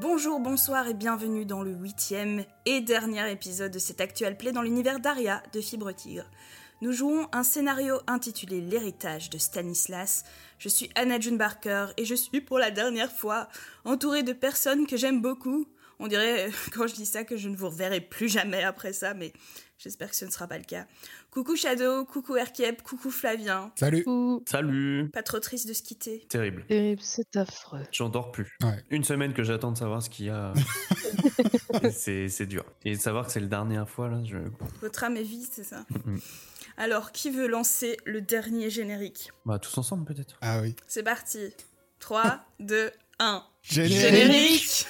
Bonjour, bonsoir et bienvenue dans le huitième et dernier épisode de cet actuel play dans l'univers d'Aria de Fibre Tigre. Nous jouons un scénario intitulé L'héritage de Stanislas. Je suis Anna June Barker et je suis pour la dernière fois entourée de personnes que j'aime beaucoup. On dirait euh, quand je dis ça que je ne vous reverrai plus jamais après ça, mais j'espère que ce ne sera pas le cas. Coucou Shadow, coucou Erkiep, coucou Flavien. Salut. Ouh, Salut Pas trop triste de se quitter. Terrible. terrible, c'est affreux. J'en dors plus. Ouais. Une semaine que j'attends de savoir ce qu'il y a. c'est c'est dur. Et de savoir que c'est la dernière fois, là, je... Votre âme est vide, c'est ça Mhm. Alors, qui veut lancer le dernier générique Bah, tous ensemble, peut-être. Ah oui. C'est parti. 3, 2, 1. Générique. Générique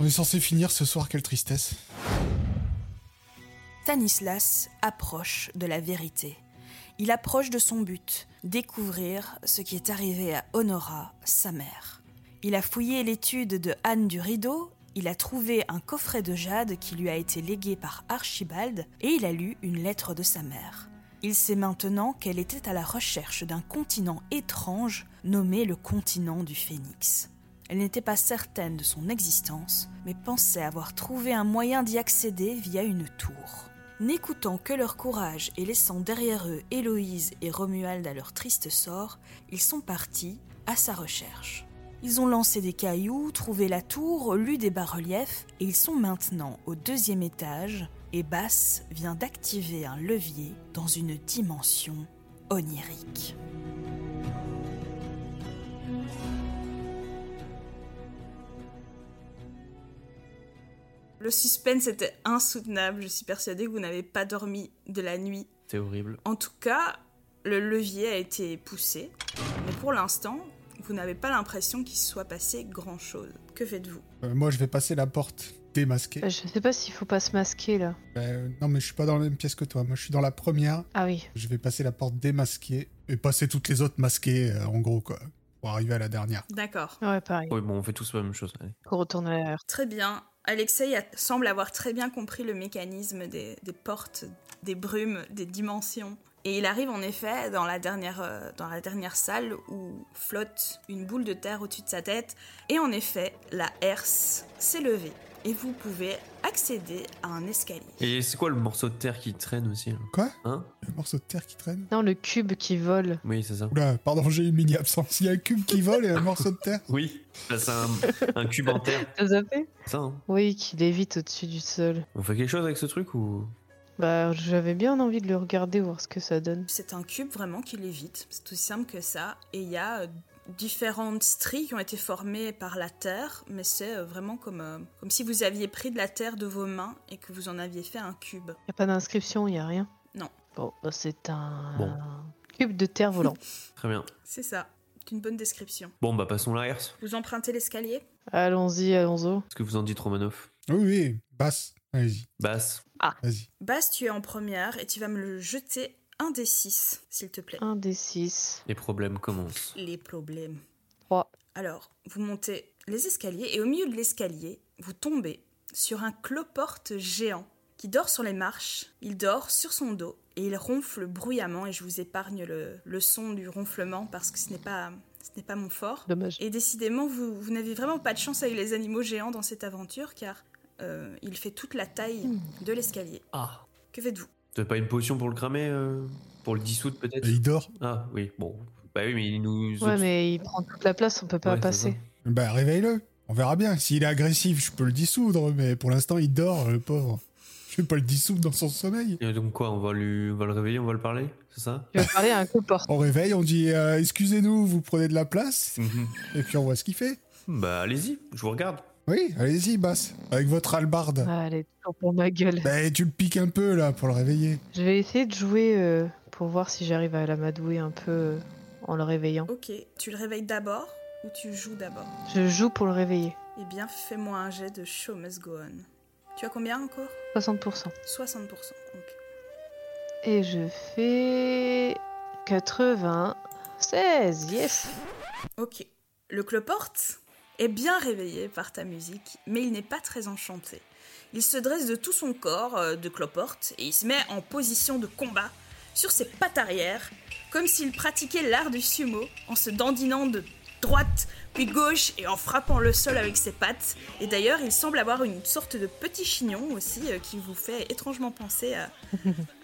On est censé finir ce soir, quelle tristesse. Stanislas approche de la vérité. Il approche de son but, découvrir ce qui est arrivé à Honora, sa mère. Il a fouillé l'étude de Anne du Rideau, il a trouvé un coffret de jade qui lui a été légué par Archibald et il a lu une lettre de sa mère. Il sait maintenant qu'elle était à la recherche d'un continent étrange nommé le continent du Phénix. Elle n'était pas certaine de son existence, mais pensait avoir trouvé un moyen d'y accéder via une tour. N'écoutant que leur courage et laissant derrière eux Héloïse et Romuald à leur triste sort, ils sont partis à sa recherche. Ils ont lancé des cailloux, trouvé la tour, lu des bas-reliefs, et ils sont maintenant au deuxième étage, et Bass vient d'activer un levier dans une dimension onirique. Le suspense était insoutenable, je suis persuadée que vous n'avez pas dormi de la nuit. C'est horrible. En tout cas, le levier a été poussé, mais pour l'instant, vous n'avez pas l'impression qu'il se soit passé grand-chose. Que faites-vous Euh, moi, je vais passer la porte démasquée. Bah, Je sais pas s'il faut pas se masquer là. Euh, non, mais je suis pas dans la même pièce que toi. Moi, je suis dans la première. Ah oui, Je vais passer la porte démasquée et passer toutes les autres masquées, euh, en gros, quoi. Pour arriver à la dernière. D'accord. ouais, pareil. Oui, bon, on fait tous la même chose. Allez. Faut retourner à la Très bien. Alexei a- semble avoir très bien compris le mécanisme des, des portes, des brumes, des dimensions. Et il arrive en effet dans la, dernière, euh, dans la dernière salle où flotte une boule de terre au-dessus de sa tête. Et en effet, la herse s'est levée. Et vous pouvez accéder à un escalier. Et c'est quoi le morceau de terre qui traîne aussi là Quoi Hein Le morceau de terre qui traîne Non, le cube qui vole. Oui, c'est ça. Oula, pardon, j'ai une mini-absence. Il y a un cube qui vole et un morceau de terre. Oui, là, c'est un, un cube en terre. T'as zappé Ça, hein. Oui, qui lévite au-dessus du sol. On fait quelque chose avec ce truc ou. Bah, j'avais bien envie de le regarder, voir ce que ça donne. C'est un cube vraiment qui lévite, c'est aussi simple que ça. Et il y a euh, différentes stries qui ont été formées par la terre, mais c'est euh, vraiment comme, euh, comme si vous aviez pris de la terre de vos mains et que vous en aviez fait un cube. Y a pas d'inscription, y a rien. Non. Bon, bah, c'est un Bon. cube de terre volant. Très bien. C'est ça, c'est une bonne description. Bon, bah, passons la herse. Vous empruntez l'escalier allons-y, allons-y. Ce que vous en dites, Romanov. Oui, oui, basse. Allez-y, Basse. vas-y. Bas, tu es en première et tu vas me le jeter un des six, s'il te plaît. Un des six. Les problèmes commencent. Les problèmes. Trois. Alors, vous montez les escaliers et au milieu de l'escalier, vous tombez sur un cloporte géant qui dort sur les marches. Il dort sur son dos et il ronfle bruyamment et je vous épargne le, le son du ronflement parce que ce n'est pas, ce n'est pas mon fort. Dommage. Et décidément, vous, vous n'avez vraiment pas de chance avec les animaux géants dans cette aventure car euh, il fait toute la taille de l'escalier. Ah Que faites-vous T'as pas une potion pour le cramer euh, Pour le dissoudre, peut-être Et il dort. Ah, oui, bon. Bah oui, mais il nous. Ouais, mais il prend toute la place, on peut pas Ouais, c'est passer. ça. Bah, réveille-le. On verra bien. S'il est agressif, je peux le dissoudre, mais pour l'instant, il dort, le pauvre. Je vais pas le dissoudre dans son sommeil. Et donc quoi, on va, lui, on va le réveiller, on va le parler, c'est ça Je vais parler à un cloporte. On réveille, on dit euh, excusez-nous, vous prenez de la place, Mhm. et puis on voit ce qu'il fait. Bah allez-y, je vous regarde. Oui, allez-y, Basse, avec votre Ben, albarde. Ah, elle est toujours pour ma gueule. Bah, tu le piques un peu là pour le réveiller. Je vais essayer de jouer euh, pour voir si j'arrive à l'amadouer un peu euh, en le réveillant. Ok, tu le réveilles d'abord ou tu joues d'abord Je joue pour le réveiller. Eh bien, fais-moi un jet de show must go on. Tu as combien encore 60%. 60%. Ok. Et je fais 96, yes Ok. Le cloporte est bien réveillé par ta musique, mais il n'est pas très enchanté. Il se dresse de tout son corps euh, de cloporte et il se met en position de combat sur ses pattes arrière, comme s'il pratiquait l'art du sumo en se dandinant de droite puis gauche et en frappant le sol avec ses pattes. Et d'ailleurs, il semble avoir une sorte de petit chignon aussi euh, qui vous fait étrangement penser à,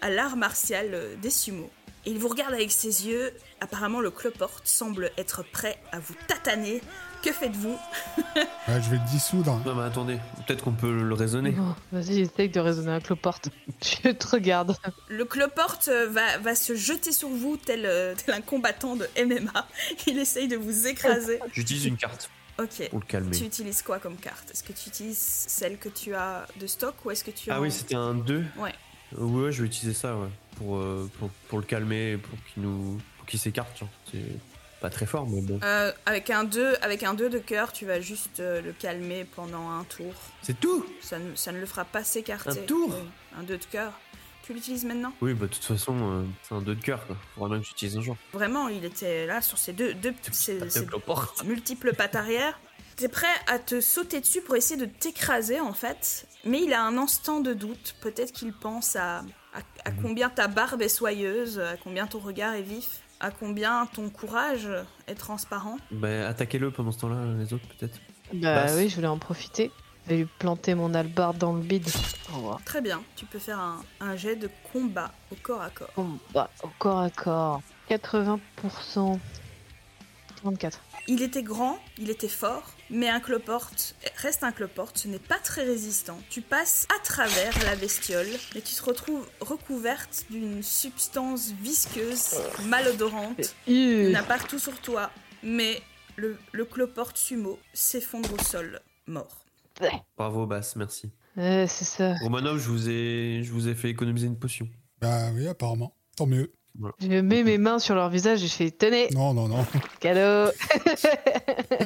à l'art martial euh, des sumos. Et il vous regarde avec ses yeux. Apparemment, le cloporte semble être prêt à vous tataner. Que faites-vous Ouais, Ben, je vais le dissoudre. Non, mais attendez, peut-être qu'on peut le raisonner. Bon, vas-y, essaye de raisonner à cloporte. je te regarde. Le cloporte euh, va, va se jeter sur vous tel, euh, tel un combattant de MMA. Il essaye de vous écraser. J'utilise une carte Ok. pour le calmer. Tu utilises quoi comme carte Est-ce que tu utilises celle que tu as de stock ou est-ce que tu as... Ah oui, c'était un 2 Ouais. Ouais, je vais utiliser ça, ouais. Pour, euh, pour, pour le calmer, pour qu'il nous. pour qu'il s'écarte, genre. C'est pas très fort, mais bon. Euh, avec un 2 avec un 2 de cœur, tu vas juste euh, le calmer pendant un tour. C'est tout Ça ne, ça ne le fera pas s'écarter. Un tour Oui, Un 2 de cœur. Tu l'utilises maintenant Oui, bah de toute façon, euh, c'est un 2 de cœur, quoi. Faudrait même que j'utilise un jour. Vraiment, il était là sur ses deux, deux ses- Pas ses de cloporte. multiples pattes arrière. T'es prêt à te sauter dessus pour essayer de t'écraser en fait, mais il a un instant de doute. Peut-être qu'il pense à, à, à combien ta barbe est soyeuse, à combien ton regard est vif, à combien ton courage est transparent. Bah attaquez-le pendant ce temps-là, les autres, peut-être. Bah Basse. oui, je voulais en profiter. Je vais lui planter mon albarde dans le bide. Oh, Au revoir. Très bien, tu peux faire un, un jet de combat au corps à corps. Bon, bah, au corps à corps. 80%. 34. Il était grand, il était fort, mais un cloporte reste un cloporte, ce n'est pas très résistant. Tu passes à travers la bestiole, mais tu te retrouves recouverte d'une substance visqueuse, malodorante, qui Euh, n'a pas tout sur toi, mais le, le cloporte sumo s'effondre au sol, mort. Bravo, Bass, merci. Ouais, c'est ça. Romanov, je vous ai, je vous ai fait économiser une potion. Bah oui, apparemment. Tant mieux. Je mets mes mains sur leur visage et je fais Tenez, Non, non, non. cadeau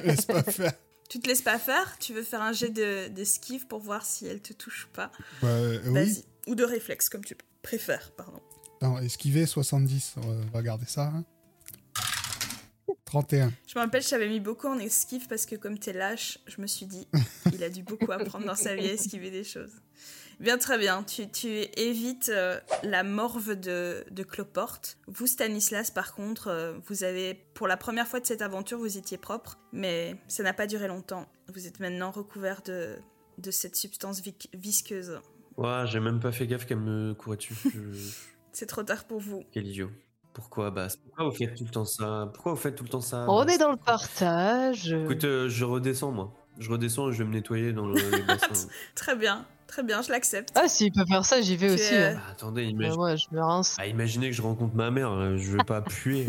Laisse pas faire. Tu te laisses pas faire, tu veux faire un jet de- d'esquive pour voir si elle te touche ou pas. Bah, euh, oui. Vas-y. Ou de réflexe, comme tu préfères, pardon. Non, esquiver 70. On va garder ça. hein. 31. Je me rappelle, je t'avais mis beaucoup en esquive parce que comme t'es lâche, je me suis dit, il a dû beaucoup apprendre dans sa vie à esquiver des choses. Bien, très bien. Tu, tu évites euh, la morve de, de Cloporte. Vous, Stanislas, par contre, euh, vous avez, pour la première fois de cette aventure, vous étiez propre, mais ça n'a pas duré longtemps. Vous êtes maintenant recouvert de, de cette substance vic- visqueuse. Ouais, j'ai même pas fait gaffe qu'elle me courait dessus. Je- C'est trop tard pour vous. Quel idiot. Pourquoi, Bass Pourquoi vous faites tout le temps ça Pourquoi vous faites tout le temps ça On Bass est dans le partage. Écoute, euh, je redescends, moi. Je redescends et je vais me nettoyer dans le, le bassin. Très bien, très bien, je l'accepte. Ah, s'il peut faire ça, j'y vais Tu aussi. es- hein. Ah, attendez, Bah, imagine- moi, je me rince. ah, imaginez que je rencontre ma mère, euh, je vais pas appuyer.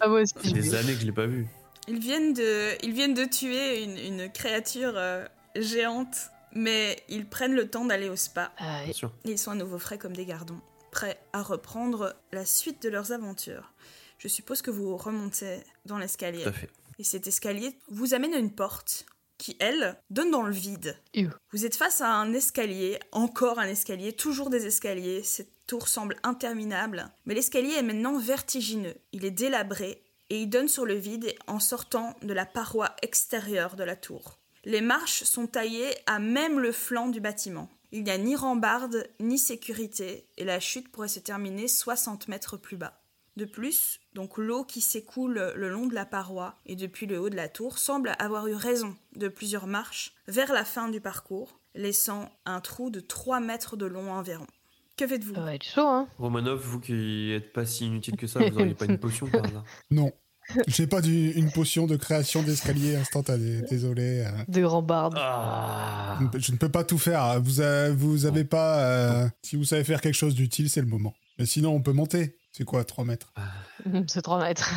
Ah, moi aussi. Ça fait j'y des vais. années que je l'ai pas vue. Ils viennent de, ils viennent de tuer une, une créature euh, géante, mais ils prennent le temps d'aller au spa. Ah, Bien sûr. Et ils sont à nouveau frais comme des gardons, prêts à reprendre la suite de leurs aventures. Je suppose que vous remontez dans l'escalier. Tout à fait. Et cet escalier vous amène à une porte qui, elle, donne dans le vide. Ew. Vous êtes face à un escalier, encore un escalier, toujours des escaliers. Cette tour semble interminable. Mais l'escalier est maintenant vertigineux. Il est délabré et il donne sur le vide en sortant de la paroi extérieure de la tour. Les marches sont taillées à même le flanc du bâtiment. Il n'y a ni rambarde ni sécurité et la chute pourrait se terminer 60 mètres plus bas. De plus, donc l'eau qui s'écoule le long de la paroi et depuis le haut de la tour semble avoir eu raison de plusieurs marches vers la fin du parcours, laissant un trou de 3 mètres de long environ. Que faites-vous ça va être chaud, hein. Romanov, vous qui êtes pas si inutile que ça, vous auriez pas une potion par hasard Non. J'ai pas du- une potion de création d'escalier instantanée. Désolé. euh. De grands bardes. Ah Je ne peux- Je ne peux pas tout faire. Vous, a- vous avez pas. euh, si vous savez faire quelque chose d'utile, c'est le moment. Mais sinon, on peut monter. C'est quoi, 3 mètres Ah. C'est 3 mètres.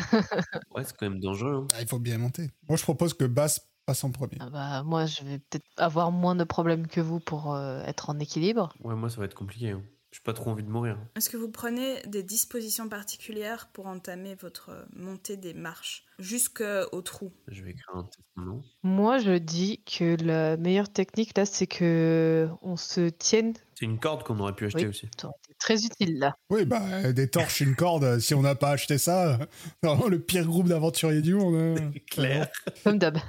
Ouais, c'est quand même dangereux. hein. Ah, Il faut bien monter. Moi, je propose que Bass passe en premier. Ah bah, moi, je vais peut-être avoir moins de problèmes que vous pour euh, être en équilibre. Ouais, moi, ça va être compliqué. hein. Je J'ai pas trop envie de mourir. Est-ce que vous prenez des dispositions particulières pour entamer votre euh, montée des marches jusqu'au trou Je vais écrire un testament. Moi, je dis que la meilleure technique, là, c'est que on se tienne. C'est une corde qu'on aurait pu acheter Oui. aussi. Ça aurait été très utile, là. Oui, bah, euh, des torches, une corde, euh, si on n'a pas acheté ça, euh, vraiment le pire groupe d'aventuriers du monde. hein. Claire. Comme d'hab.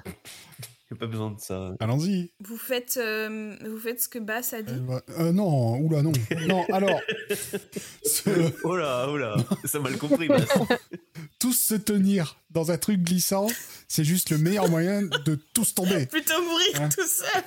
J'ai pas besoin de ça. Allons-y. Vous faites, euh, vous faites ce que Bass a dit Euh, bah, euh, non, oula, non. Non, alors, se- Oh là, oh là, ça m'a le compris. bah. tous se tenir dans un truc glissant, c'est juste le meilleur moyen de tous tomber. Plutôt mourir Hein tout seul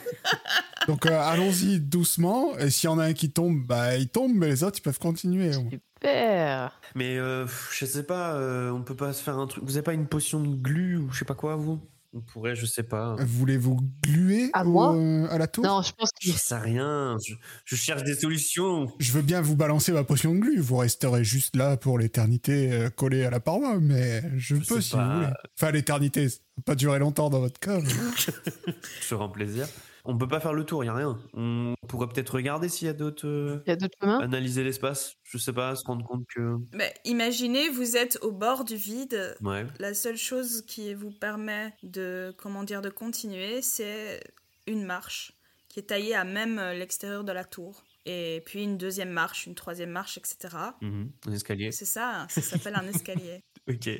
Donc euh, allons-y doucement, et s'il y en a un qui tombe, bah il tombe, mais les autres ils peuvent continuer. Super. Mais euh, pff, je sais pas, euh, on peut pas se faire un truc. Vous avez pas une potion de glu ou je sais pas quoi, vous On pourrait, je sais pas. Voulez-vous gluer À au- moi euh, à la tour Non, je pense que Je sais rien, je, je cherche des solutions. Je veux bien vous balancer ma potion de glu, vous resterez juste là pour l'éternité euh, collée à la paroi, mais je, Je peux sais si pas. vous voulez. Enfin l'éternité, ça va pas durer longtemps dans votre cas. mais- Je un plaisir. On peut pas faire le tour, y a rien. On pourrait peut-être regarder s'il y a d'autres. euh, il y a d'autres chemins. analyser l'espace, je sais pas, se rendre compte que. Mais Bah, Imaginez, vous êtes au bord du vide. Ouais. La seule chose qui vous permet de, comment dire, de continuer, c'est une marche qui est taillée à même euh, l'extérieur de la tour. Et puis une deuxième marche, une troisième marche, etc. Mhm, Un escalier. C'est ça, hein, ça s'appelle un escalier. Ok.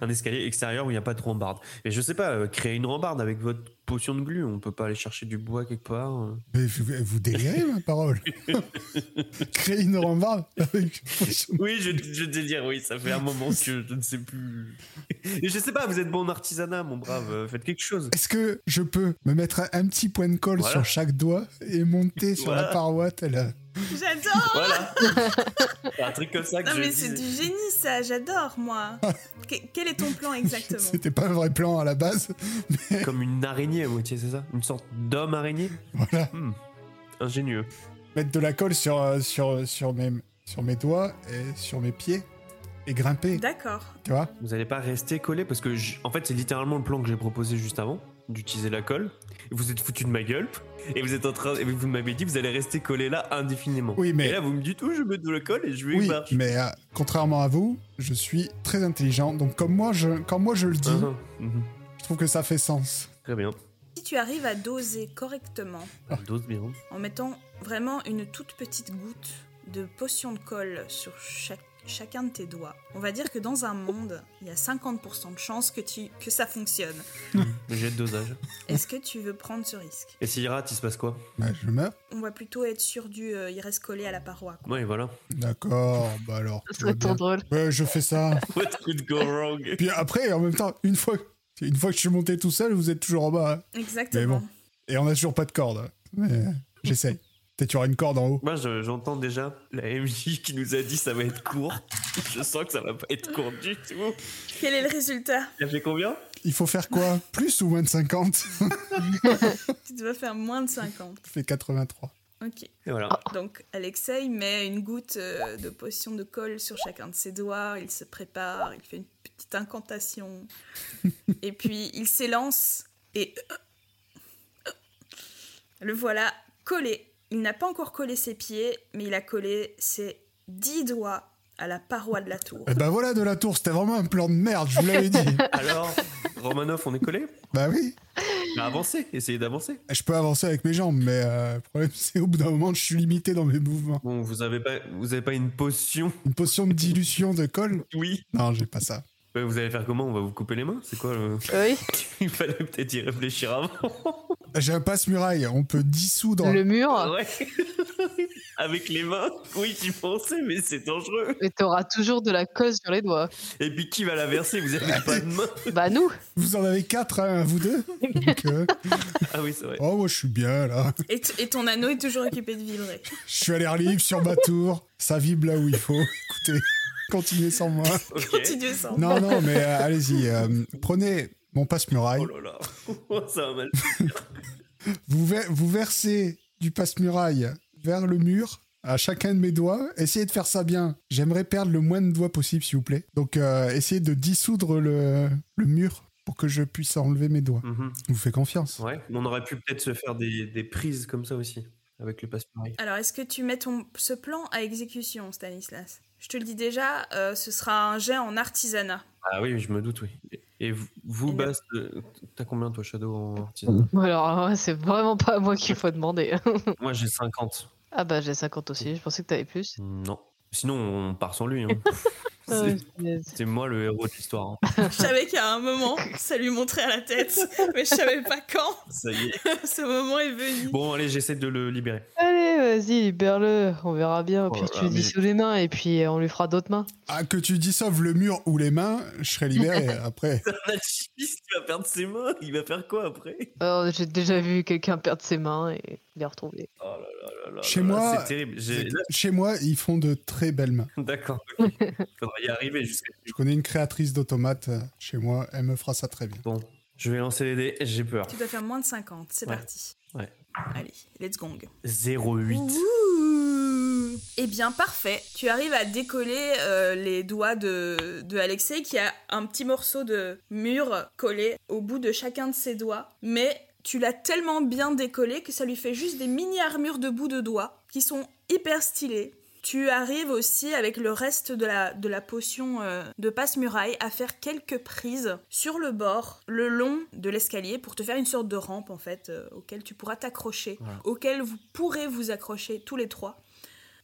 Un escalier extérieur où il n'y a pas de rambarde. Et je sais pas, euh, créer une rambarde avec votre potion de glu, on peut pas aller chercher du bois quelque part. euh. Mais vous, vous délirez ma parole. Créer une rambarde avec Oui, je, je délire, oui, ça fait un moment que je ne sais plus. Et je sais pas, vous êtes bon en artisanat, mon brave, euh, faites quelque chose. Est-ce que je peux me mettre un, un petit point de colle Voilà. sur chaque doigt et monter sur la Voilà. paroi tel un- J'adore Voilà. C'est un truc comme ça que Non je mais disais. c'est du génie ça, j'adore moi. Que- quel est ton plan exactement C'était pas un vrai plan à la base. Comme une araignée à moitié, c'est ça Une sorte d'homme araignée Voilà. Hmm. Ingénieux. Mettre de la colle sur, euh, sur, sur, mes, sur mes doigts et sur mes pieds et grimper, D'accord. tu vois. Vous n'allez pas rester collé parce que, j- en fait, c'est littéralement le plan que j'ai proposé juste avant, d'utiliser la colle. Et Vous êtes foutu de ma gueule et vous êtes en train, et vous m'avez dit, vous allez rester collé là indéfiniment. Oui, mais- Et là, bah, vous me dites, où je mets de la colle et je vais Oui, marcher. mais euh, contrairement à vous, je suis très intelligent. Donc comme moi je, quand moi je le dis, Ah, mhm. je trouve que ça fait sens. Très bien. Si tu arrives à doser correctement Dose bien. en mettant vraiment une toute petite goutte de potion de colle sur chaque- chacun de tes doigts, on va dire que dans un monde, il y a 50% de chances que, tu, que ça fonctionne. J'ai de dosage. Est-ce que tu veux prendre ce risque Et s'il rate, il se passe quoi Bah, je meurs. On va plutôt être sur du euh, il reste collé à la paroi. quoi. Ouais, voilà. D'accord, bah alors. Ce tout va serait trop bien. drôle. Ouais, je fais ça. What could go wrong Puis après, en même temps, une fois, une fois que je suis monté tout seul, vous êtes toujours en bas. hein. Exactement. Mais Et on a toujours pas de corde. Mais j'essaye. Peut-être qu'il y aura une corde en haut. Moi, je- j'entends déjà la MJ qui nous a dit ça va être court. je sens que ça va pas être court du tout. Quel est le résultat Ça fait combien Il faut faire quoi Plus ou moins de 50 Tu dois faire moins de 50. Je fais 83. Ok. Et voilà. Donc Alexei met une goutte euh, de potion de colle sur chacun de ses doigts, il se prépare, il fait une petite incantation, et puis il s'élance et... euh, Le voilà collé. Il n'a pas encore collé ses pieds, mais il a collé ses dix doigts à la paroi de la tour. Et ben voilà, de la tour, c'était vraiment un plan de merde, je vous l'avais dit. Alors, Romanov, on est collé bah oui, Avancez, essayez d'avancer. je peux avancer avec mes jambes, mais euh, le problème, c'est au bout d'un moment, je suis limité dans mes mouvements. Bon, vous avez pas, vous avez pas une potion Une potion de dilution de colle Oui. Euh, Non, j'ai pas ça. vous allez faire comment On va vous couper les mains C'est quoi le... Oui, Il fallait peut-être y réfléchir avant. J'ai un passe-muraille, on peut dissoudre. le mur. Ouais. Avec les mains Oui, j'y pensais, mais c'est dangereux. Mais t'auras toujours de la colle sur les doigts. Et puis qui va la verser Vous avez pas de main Bah nous, Vous en avez 4, hein, vous deux Donc, euh, Ah oui, c'est vrai. Oh, moi, je suis bien là. Et, t- et ton anneau est toujours occupé de vibrer. Je suis à l'air libre sur ma tour. Ça vibre là où il faut. Écoutez, continuez sans moi. Ok. Continue sans. Non, non, mais euh, allez-y. euh, prenez mon passe-muraille. Oh là là. Ça va mal. Vous, ver- vous versez du passe-muraille vers le mur à chacun de mes doigts. Essayez de faire ça bien. J'aimerais perdre le moins de doigts possible, s'il vous plaît. Donc, euh, essayez de dissoudre le, le mur pour que je puisse enlever mes doigts. Mhm. Je vous fais confiance. Ouais. On aurait pu peut-être se faire des, des prises comme ça aussi. avec le passe-muraille. Alors, est-ce que tu mets ton, ce plan à exécution, Stanislas Je te le dis déjà, euh, ce sera un jet en artisanat. Ah oui, je me doute, oui. Et vous, vous Et Bast, euh, t'as combien toi, Shadow en artisanat Alors, ouais, c'est vraiment pas à moi qu'il faut demander. Moi j'ai 50. ah bah, j'ai 50 aussi, je pensais que t'avais plus. Non. Sinon, on part sans lui. hein. Ah, C'est- punaise. C'est moi le héros de l'histoire. hein. je savais qu'à un moment, ça lui montrait à la tête, mais je savais pas quand Ça y est. ce moment est venu. Bon, allez, j'essaie de le libérer. Allez, vas-y, libère-le, on verra bien. Au Oh pire, là tu le là, dis mais- sous les mains et puis euh, on lui fera d'autres mains. Ah, que tu dis sauve le mur ou les mains, je serai libéré après. Un alchimiste qui va perdre ses mains, il va faire quoi après Alors, Oh, j'ai déjà vu quelqu'un perdre ses mains et les retrouver. Oh là là là là Chez là là, moi, C'est terrible. J'ai- là, Chez moi, ils font de très belles mains. D'accord. ok. Faudrait y arriver jusqu'à. Je connais une créatrice d'automates euh, chez moi, elle me fera ça très bien. Bon, je vais lancer les dés, j'ai peur. Tu dois faire moins de 50, c'est Ouais. parti. Ouais. Allez, let's gong. 0,8. Ouh. Eh bien, parfait. Tu arrives à décoller euh, les doigts de, de Alexei qui a un petit morceau de mur collé au bout de chacun de ses doigts. Mais tu l'as tellement bien décollé que ça lui fait juste des mini-armures de bout de doigts qui sont hyper stylées. Tu arrives aussi avec le reste de la, de la potion euh, de passe-muraille à faire quelques prises sur le bord, le long de l'escalier pour te faire une sorte de rampe en fait euh, auquel tu pourras t'accrocher, Voilà. auquel vous pourrez vous accrocher tous les trois.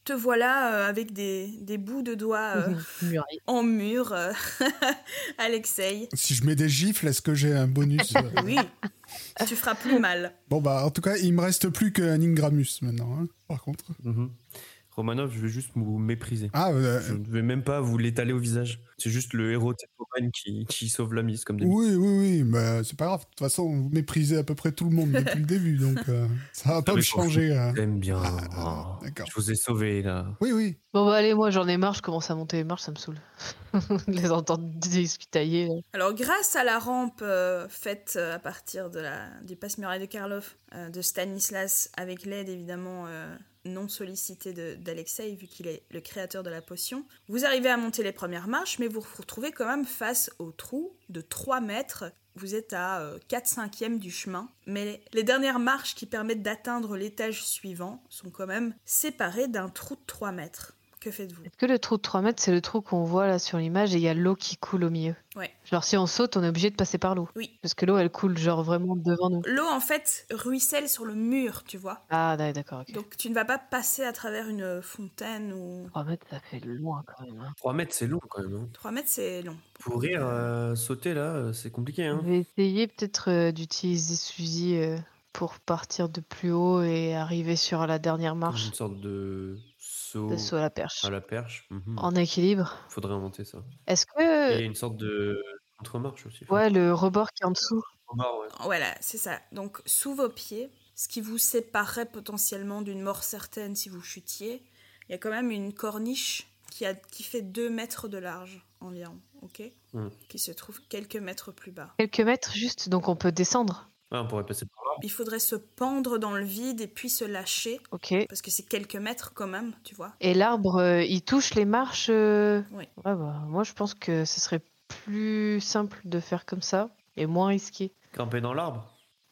Te voilà euh, avec des, des bouts de doigts euh, Muraille. en mur, euh, Alexei. Si je mets des gifles, est-ce que j'ai un bonus euh Oui, tu feras plus mal. Bon, bah, en tout cas, il me reste plus qu'un Ingramus maintenant, hein, par contre. Mhm. Romanov, je vais juste vous mépriser. Ah, euh, Je ne vais même pas vous l'étaler au visage. C'est juste le héros Tepoman qui, qui sauve la mise, comme des... oui, oui, oui, mais c'est pas grave. De toute façon, vous méprisez à peu près tout le monde depuis le début, donc euh, ça va pas mais me franchement, changer. hein. J'aime bien. Ah, d'accord. Je vous ai sauvé, là. Oui, oui. Bon, bah, allez, moi, j'en ai marre, je commence à monter les marches, ça me saoule. De les entendre discutailler. là. Alors, grâce à la rampe euh, faite euh, à partir de la, du passe-muraille de Karloff, euh, de Stanislas, avec l'aide évidemment euh, non sollicitée de- d'Alexei, vu qu'il est le créateur de la potion, vous arrivez à monter les premières marches, mais vous vous retrouvez quand même face au trou de 3 mètres. Vous êtes à 4 cinquièmes du chemin, mais les, les dernières marches qui permettent d'atteindre l'étage suivant sont quand même séparées d'un trou de 3 mètres. Que faites-vous Est-ce que le trou de 3 mètres, c'est le trou qu'on voit là sur l'image et il y a l'eau qui coule au milieu Ouais. Genre, si on saute, on est obligé de passer par l'eau. Oui. Parce que l'eau, elle coule, genre, vraiment devant nous. L'eau en fait ruisselle sur le mur, tu vois. Ah, ouais, d'accord, ok. Donc tu ne vas pas passer à travers une euh, fontaine ou... 3 mètres, ça fait loin quand même. hein. 3 mètres, c'est long, quand même. hein. 3 mètres, c'est long. Courir, euh, sauter, là, euh, c'est compliqué, Je hein. vais essayer peut-être euh, d'utiliser Suzy euh, pour partir de plus haut et arriver sur la dernière Comme marche Une sorte de saut de saut à la perche. à la perche. Mhm. En équilibre. Faudrait inventer ça. Est-ce que. Et une sorte de contre-marche aussi. Ouais, le rebord qui est en dessous. Contre-marche, ouais. Voilà, c'est ça. Donc sous vos pieds, ce qui vous séparerait potentiellement d'une mort certaine si vous chutiez, il y a quand même une corniche qui, a, qui fait 2 mètres de large environ, ok Mm. Qui se trouve quelques mètres plus bas. Quelques mètres juste, donc on peut descendre. Ah, on pourrait passer par là. Il faudrait se pendre dans le vide et puis se lâcher, Ok. parce que c'est quelques mètres quand même, tu vois. Et l'arbre, euh, il touche les marches. euh, Oui. ouais, bah, moi, je pense que ce serait plus simple de faire comme ça et moins risqué. Grimper dans l'arbre.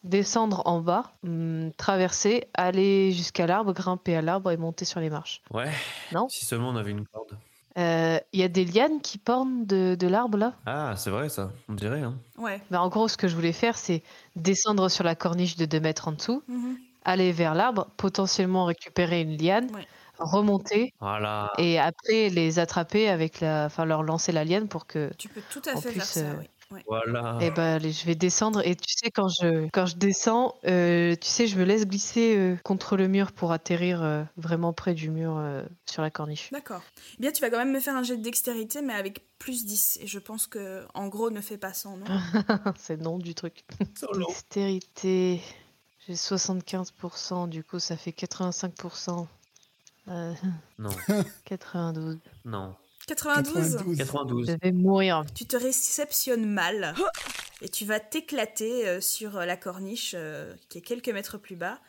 Descendre en bas, hum, traverser, aller jusqu'à l'arbre, grimper à l'arbre et monter sur les marches. Ouais. Non. Si seulement on avait une corde. Euh, Il y a des lianes qui pendent de, de l'arbre là. Ah, c'est vrai ça, on dirait. Hein. Ouais. Bah, en gros, ce que je voulais faire, c'est descendre sur la corniche de 2 mètres en dessous, Mhm. aller vers l'arbre, potentiellement récupérer une liane, Ouais. remonter Voilà. et après les attraper avec la, enfin leur lancer la liane pour que Tu peux tout à En fait plus, faire ça, euh, oui. Ouais. Voilà. Eh ben, allez, je vais descendre et tu sais quand je quand je descends, euh, tu sais, je me laisse glisser euh, contre le mur pour atterrir euh, vraiment près du mur euh, sur la corniche. D'accord. Eh bien, tu vas quand même me faire un jet de dextérité, mais avec plus 10. Et je pense que, en gros, ne fais pas sans, non C'est le nom du truc. Solo. Dextérité. J'ai 75%, du coup ça fait 85%. Euh, Non, 92. non. 92, 92. Je vais mourir. Tu te réceptionnes mal. Et tu vas t'éclater euh, sur euh, la corniche, euh, qui est quelques mètres plus bas.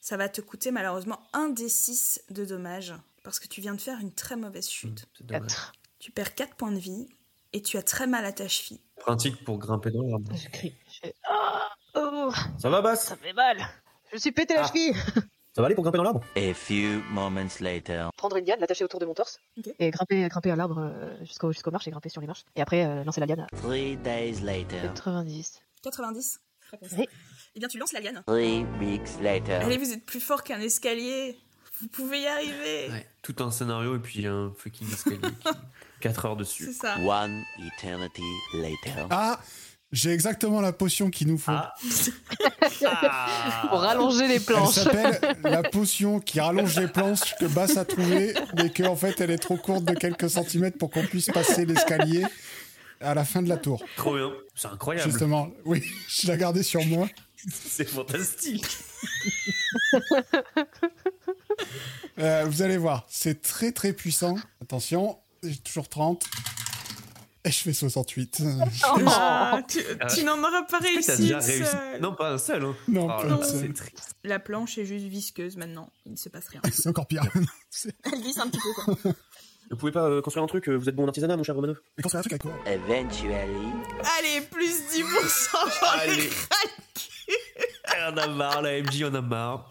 Ça va te coûter malheureusement un des 6 de dommages. Parce que tu viens de faire une très mauvaise chute. C'est dommage. 4. Tu perds 4 points de vie. Et tu as très mal à ta cheville. Pratique pour grimper dans l'arbre. Je crie. Je fais, Ah, oh, Ça va, Bass ça fait mal. Je me suis pété la Ah. cheville. Ça va aller pour grimper dans l'arbre A few moments later. Prendre une liane, l'attacher autour de mon torse Ok. et grimper, grimper à l'arbre euh, jusqu'aux jusqu'aux marches et grimper sur les marches. Et après, euh, lancer la liane à Three days later. 90. 90. Réponse. Oui. Eh bien, tu lances la liane. Three weeks later. Allez, vous êtes plus fort qu'un escalier. Vous pouvez y arriver. Tout un scénario et puis un fucking escalier. 4 heures C'est dessus. ça. One eternity later. Ah, j'ai exactement la potion qu'il nous faut. Ah. Ah. Pour rallonger les Elle planches. s'appelle la potion qui rallonge les planches que Bass a trouvée, mais que en fait elle est trop courte de quelques centimètres pour qu'on puisse passer l'escalier à la fin de la tour. Trop bien. C'est incroyable. Justement, oui, je la gardée sur moi. C'est fantastique. Euh, vous allez voir, c'est très très puissant. Attention, j'ai toujours 30. Et je fais 68. Euh, Ah, tu tu n'en auras pas Euh, Est-ce que réussi. T'as déjà une réussi. seule. Non, pas un seul. hein. Non, Oh pas là un là, seul. c'est triste. La planche est juste visqueuse maintenant. Il ne se passe rien. C'est encore pire. Elle glisse un petit peu, quoi. Vous pouvez pas euh, construire un truc euh, Vous êtes bon en artisanat, mon cher Romanov Oh, Mais quand c'est un truc avec quoi Eventually. Allez, plus 10% dans les Allez. Elle en a marre, la MJ en a marre.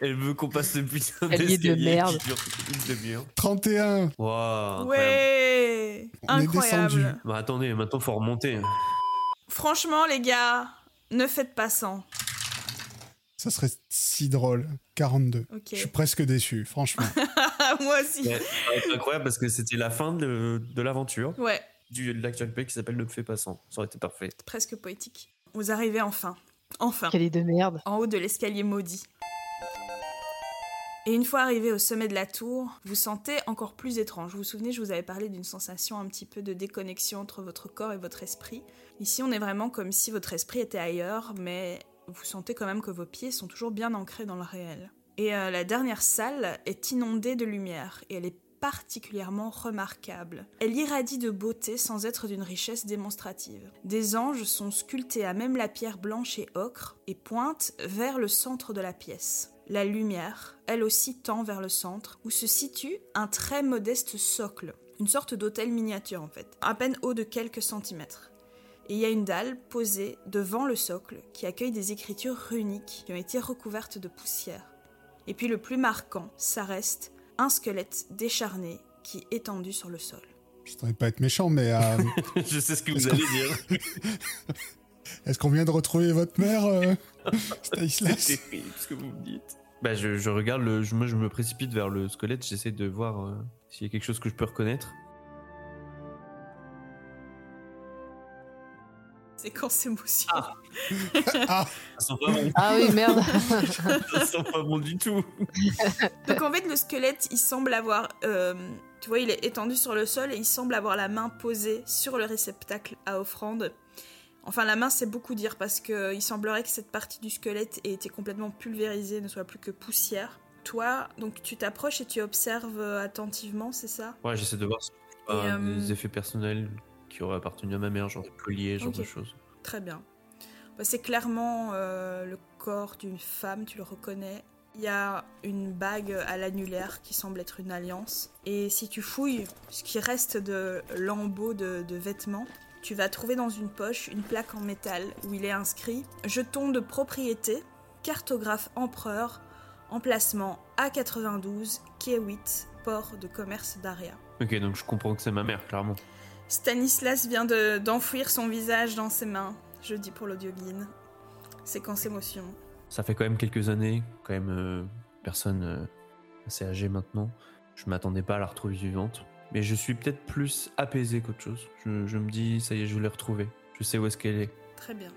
Elle veut qu'on passe ce putain Elle y est de d'escalier merde. qui dure une demi-heure. 31. Waouh, incroyable. Ouais On est descendu. Incroyable. Bah attendez, maintenant faut remonter. Franchement, les gars, ne faites pas 100. Ça serait si drôle. 42. Ok. Je suis presque déçu, franchement. Ah, moi aussi. Ouais, C'est incroyable parce que c'était la fin de, de l'aventure Ouais, du de l'actuel play qui s'appelle Ne fais pas sans. Ça aurait été parfait. presque poétique. Vous arrivez enfin. Enfin. Quelle idée de merde. en haut de l'escalier maudit. Et une fois arrivé au sommet de la tour, vous sentez encore plus étrange. Vous vous souvenez, je vous avais parlé d'une sensation un petit peu de déconnexion entre votre corps et votre esprit. Ici, on est vraiment comme si votre esprit était ailleurs, mais vous sentez quand même que vos pieds sont toujours bien ancrés dans le réel. Et euh, la dernière salle est inondée de lumière, et elle est particulièrement remarquable. Elle irradie de beauté sans être d'une richesse démonstrative. Des anges sont sculptés à même la pierre blanche et ocre et pointent vers le centre de la pièce. La lumière, elle aussi, tend vers le centre, où se situe un très modeste socle, une sorte d'hôtel miniature en fait, à peine haut de quelques centimètres. Et il y a une dalle posée devant le socle qui accueille des écritures runiques qui ont été recouvertes de poussière. Et puis le plus marquant, ça reste un squelette décharné qui est étendu sur le sol. Je ne pas être méchant, mais euh, Je sais ce que vous allez dire. est-ce qu'on vient de retrouver votre mère, euh, C'est Stanislas terrible ce que vous me dites. Bah, je, je regarde, le, je, moi je me précipite vers le squelette, j'essaie de voir euh, s'il y a quelque chose que je peux reconnaître. C'est quand s'émotionne. Ça sent pas bon, Ah oui, merde. ça sent pas bon du tout. Donc en fait, le squelette, il semble avoir. euh, tu vois, il est étendu sur le sol et il semble avoir la main posée sur le réceptacle à offrande. Enfin, la main, c'est beaucoup dire parce que il semblerait que cette partie du squelette ait été complètement pulvérisée, ne soit plus que poussière. Toi, donc tu t'approches et tu observes euh, attentivement, c'est ça Ouais, j'essaie de voir si y a pas Et, euh, des effets personnels qui auraient appartenu à ma mère, genre des colliers, genre Ok. de choses. Très bien. Bah, c'est clairement euh, le corps d'une femme, tu le reconnais. Il y a une bague à l'annulaire qui semble être une alliance. Et si tu fouilles ce qui reste de lambeaux de, de vêtements, tu vas trouver dans une poche une plaque en métal où il est inscrit Jeton de propriété, cartographe empereur, emplacement A92, quai 8, port de commerce d'Aria. Ok, donc je comprends que c'est ma mère, clairement. Stanislas vient de- d'enfouir son visage dans ses mains. Je dis pour l'audioguide. Séquence émotion. Ça fait quand même quelques années, quand même euh, personne euh, assez âgée maintenant. Je m'attendais pas à la retrouver vivante. Mais je suis peut-être plus apaisé qu'autre chose. Je, je me dis, ça y est, je l'ai retrouvée. Je sais où est-ce qu'elle est. Très bien.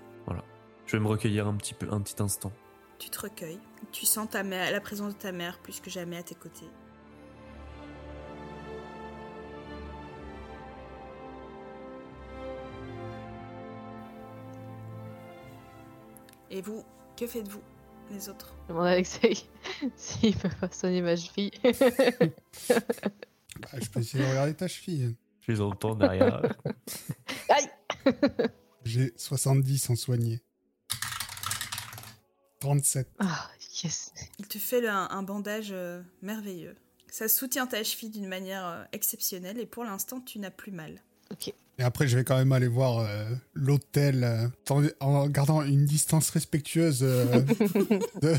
Je vais me recueillir un petit peu, un petit instant. Tu te recueilles. Tu sens ta mère, la présence de ta mère plus que jamais à tes côtés. Et vous, que faites-vous, les autres Je demande à Alexei s'il peut pas soigner ma cheville. Bah, Je peux essayer de regarder ta cheville. Je les entends derrière. Aïe J'ai 70 en soigné. 37. Ah, yes. Il te fait le- un, un bandage euh, merveilleux. Ça soutient ta cheville d'une manière euh, exceptionnelle et pour l'instant, tu n'as plus mal. Et après, je vais quand même aller voir euh, l'hôtel euh, en- en gardant une distance respectueuse euh, de,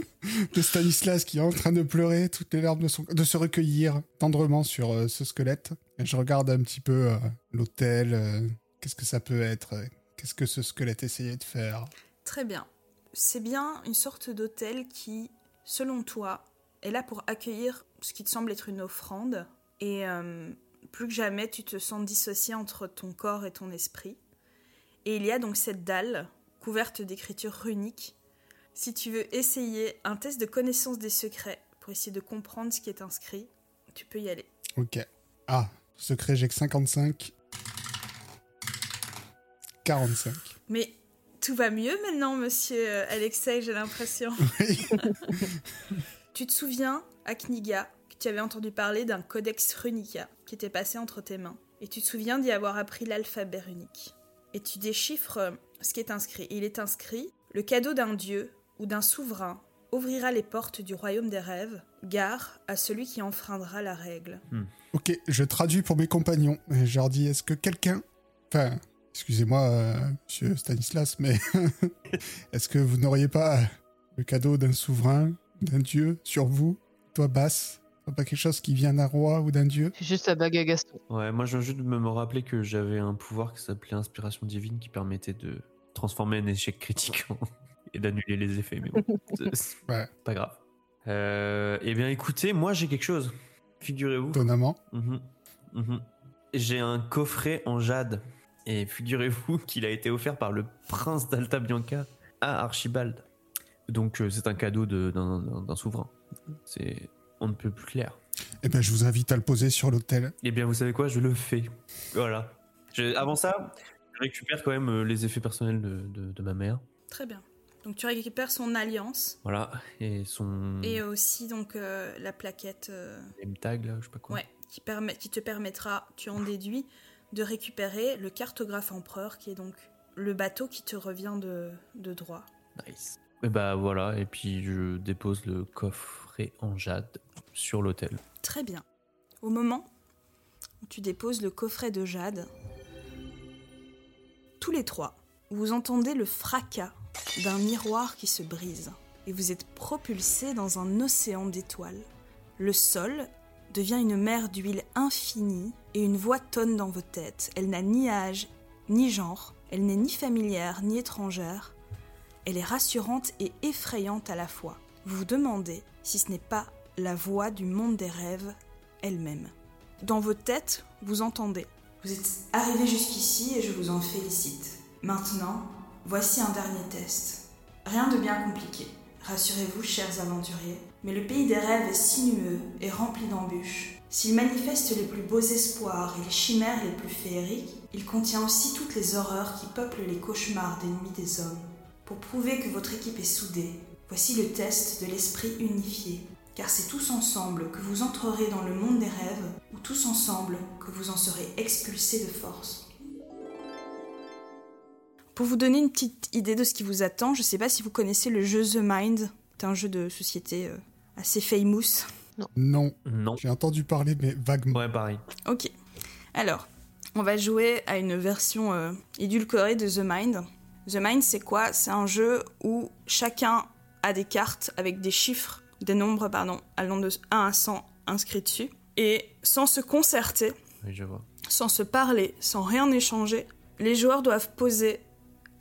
de Stanislas qui est en train de pleurer, toutes les larmes de, son- de se recueillir tendrement sur euh, ce squelette. Et je regarde un petit peu euh, l'hôtel, euh, qu'est-ce que ça peut être, euh, qu'est-ce que ce squelette essayait de faire. Très bien. C'est bien une sorte d'hôtel qui, selon toi, est là pour accueillir ce qui te semble être une offrande. Et euh, plus que jamais, tu te sens dissocié entre ton corps et ton esprit. Et il y a donc cette dalle, couverte d'écriture runique. Si tu veux essayer un test de connaissance des secrets pour essayer de comprendre ce qui est inscrit, tu peux y aller. Ok. Ah, secret, j'ai que 55. 45. Mais tout va mieux maintenant, monsieur euh, Alexei, j'ai l'impression. Oui. Tu te souviens, à Kniga, que tu avais entendu parler d'un codex runica qui était passé entre tes mains. Et tu te souviens d'y avoir appris l'alphabet runique. Et tu déchiffres euh, ce qui est inscrit. Et il est inscrit Le cadeau d'un dieu ou d'un souverain ouvrira les portes du royaume des rêves, gare à celui qui enfreindra la règle. Ok, je traduis pour mes compagnons. Et je leur dis, est-ce que quelqu'un... Enfin, excusez-moi, euh, monsieur Stanislas, mais... est-ce que vous n'auriez pas le cadeau d'un souverain, d'un dieu, sur vous Toi, basse Pas quelque chose qui vient d'un roi ou d'un dieu C'est juste la bague à Gaston. Ouais, moi je viens juste de me me rappeler que j'avais un pouvoir qui s'appelait Inspiration Divine qui permettait de transformer un échec critique en- et d'annuler les effets. Mais bon, c'est- c'est Ouais. pas grave. Euh, eh bien écoutez, moi j'ai quelque chose. Figurez-vous. Étonnamment. Mhm. Mhm. J'ai un coffret en jade. Et figurez-vous qu'il a été offert par le prince d'Alta Bianca à Archibald. Donc euh, c'est un cadeau de- d'un d'un- d'un souverain. C'est on ne peut plus clair. Eh ben, je vous invite à le poser sur l'autel. Eh bien vous savez quoi, je le fais. Voilà. Je- avant ça, je récupère quand même euh, les effets personnels de, de- de ma mère. Très bien. Donc tu récupères son alliance Voilà. Et son et aussi donc euh, la plaquette. euh, name tag là, je sais pas quoi. Ouais, qui, permet, qui te permettra, tu en déduis, de récupérer le cartographe empereur, qui est donc le bateau qui te revient de, de droit. Nice. Et bah voilà. Et puis je dépose le coffret en jade sur l'autel. Très bien. Au moment où tu déposes le coffret de jade, tous les trois, vous entendez le fracas d'un miroir qui se brise et vous êtes propulsés dans un océan d'étoiles. Le sol devient une mer d'huile infinie et une voix tonne dans vos têtes. Elle n'a ni âge, ni genre, elle n'est ni familière, ni étrangère. Elle est rassurante et effrayante à la fois. Vous vous demandez si ce n'est pas la voix du monde des rêves elle-même. Dans vos têtes, vous entendez. Vous êtes arrivés jusqu'ici et je vous en félicite. Maintenant, voici un dernier test. Rien de bien compliqué. Rassurez-vous, chers aventuriers, mais le pays des rêves est sinueux et rempli d'embûches. S'il manifeste les plus beaux espoirs et les chimères les plus féeriques, il contient aussi toutes les horreurs qui peuplent les cauchemars des nuits des hommes. Pour prouver que votre équipe est soudée, voici le test de l'esprit unifié, car c'est tous ensemble que vous entrerez dans le monde des rêves, ou tous ensemble que vous en serez expulsés de force. Pour vous donner une petite idée de ce qui vous attend, je ne sais pas si vous connaissez le jeu The Mind, c'est un jeu de société euh, assez famous. Non, Non. j'ai entendu parler, mais vaguement. Ouais, pareil. Ok. Alors, on va jouer à une version euh, édulcorée de The Mind. The Mind, c'est quoi C'est un jeu où chacun a des cartes avec des chiffres, des nombres, pardon, allant de 1 à 100 inscrits dessus. Et sans se concerter, Oui, je vois. sans se parler, sans rien échanger, les joueurs doivent poser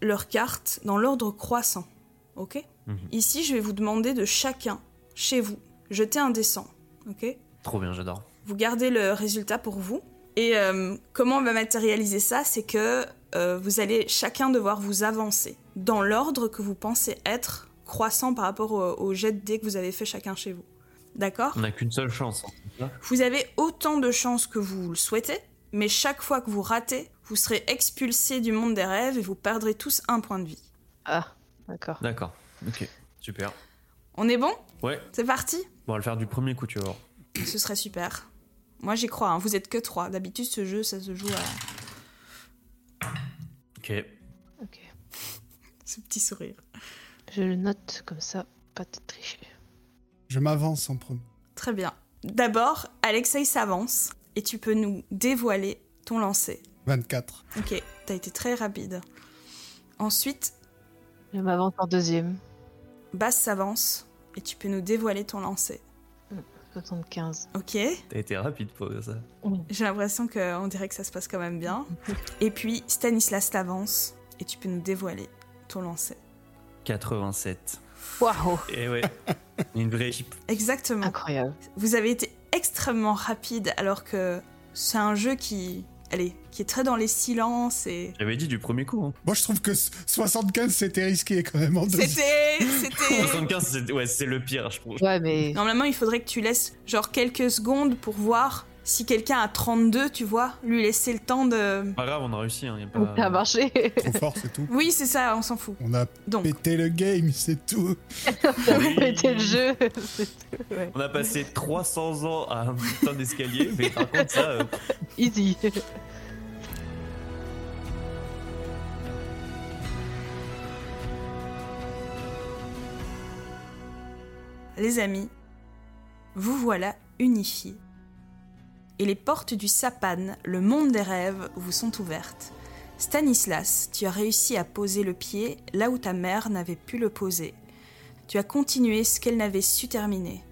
leurs cartes dans l'ordre croissant. Ok Mhm. Ici, je vais vous demander de chacun, chez vous, jeter un dessin. Ok Trop bien, j'adore. vous gardez le résultat pour vous. Et euh, comment on va matérialiser ça C'est que euh, vous allez chacun devoir vous avancer dans l'ordre que vous pensez être croissant par rapport au, au jet de dés que vous avez fait chacun chez vous. D'accord On n'a qu'une seule chance. hein. Vous avez autant de chances que vous le souhaitez, mais chaque fois que vous ratez, vous serez expulsé du monde des rêves et vous perdrez tous un point de vie. Ah, d'accord. D'accord. Ok. Super. On est bon Ouais. C'est parti Bon, on va le faire du premier coup, tu vas voir. Ce serait super. Moi j'y crois, hein. vous êtes que trois. D'habitude ce jeu ça se joue à Ok. Ok. ce petit sourire. Je le note comme ça, pas de tricher. Je m'avance en premier. Très bien. D'abord, Alexei s'avance et tu peux nous dévoiler ton lancer. 24. Ok, t'as été très rapide. Ensuite, Je m'avance en deuxième. Basse s'avance et tu peux nous dévoiler ton lancer. 75. Ok T'as été rapide pour dire ça. J'ai l'impression qu'on dirait que ça se passe quand même bien. Et puis, Stanislas t'avance et tu peux nous dévoiler ton lancer. 87. Waouh Et Eh ouais, une vraie équipe. Exactement. Incroyable. Vous avez été extrêmement rapide alors que c'est un jeu qui, allez, qui est très dans les silences et J'avais dit du premier coup. Hein. Moi, je trouve que s- 75, c'était risqué quand même. En deux... c'était, c'était. 75, c'est ouais, c'est le pire, je trouve. Ouais, mais. Normalement, il faudrait que tu laisses genre quelques secondes pour voir si quelqu'un a 32, tu vois, lui laisser le temps de. Pas grave, on a réussi. Hein, y a pas... Ça a marché. Euh. Trop fort, c'est tout. Oui, c'est ça, on s'en fout. On a Donc, pété le game, c'est tout. Oui. C'était le jeu. On a passé 300 ans à un putain d'escalier, mais par contre, ça, euh, Easy. les amis, vous voilà unifiés. Et les portes du Sapan, le monde des rêves, vous sont ouvertes. Stanislas, tu as réussi à poser le pied là où ta mère n'avait pu le poser. Tu as continué ce qu'elle n'avait su terminer.